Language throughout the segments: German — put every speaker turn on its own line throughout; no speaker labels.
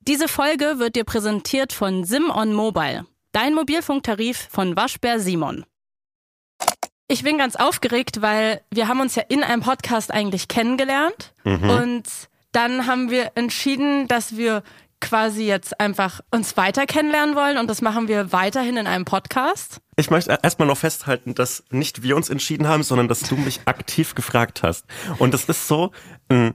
Diese Folge wird dir präsentiert von Simon Mobile, dein Mobilfunktarif von Waschbär Simon. Ich bin ganz aufgeregt, weil wir haben uns ja in einem Podcast eigentlich kennengelernt und dann haben wir entschieden, dass wir quasi jetzt einfach uns weiter kennenlernen wollen und das machen wir weiterhin in einem Podcast.
Ich möchte erstmal noch festhalten, dass nicht wir uns entschieden haben, sondern dass du mich aktiv gefragt hast. Und das ist so ein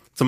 Zum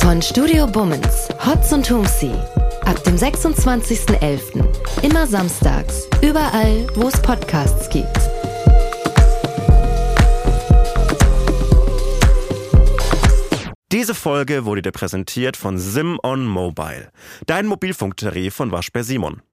Von Studio Bummens, Hotz und Humsi. Ab dem 26.11. Immer samstags. Überall, wo es Podcasts gibt.
Diese Folge wurde dir präsentiert von Simon Mobile, dein Mobilfunktarif von Waschbär Simon.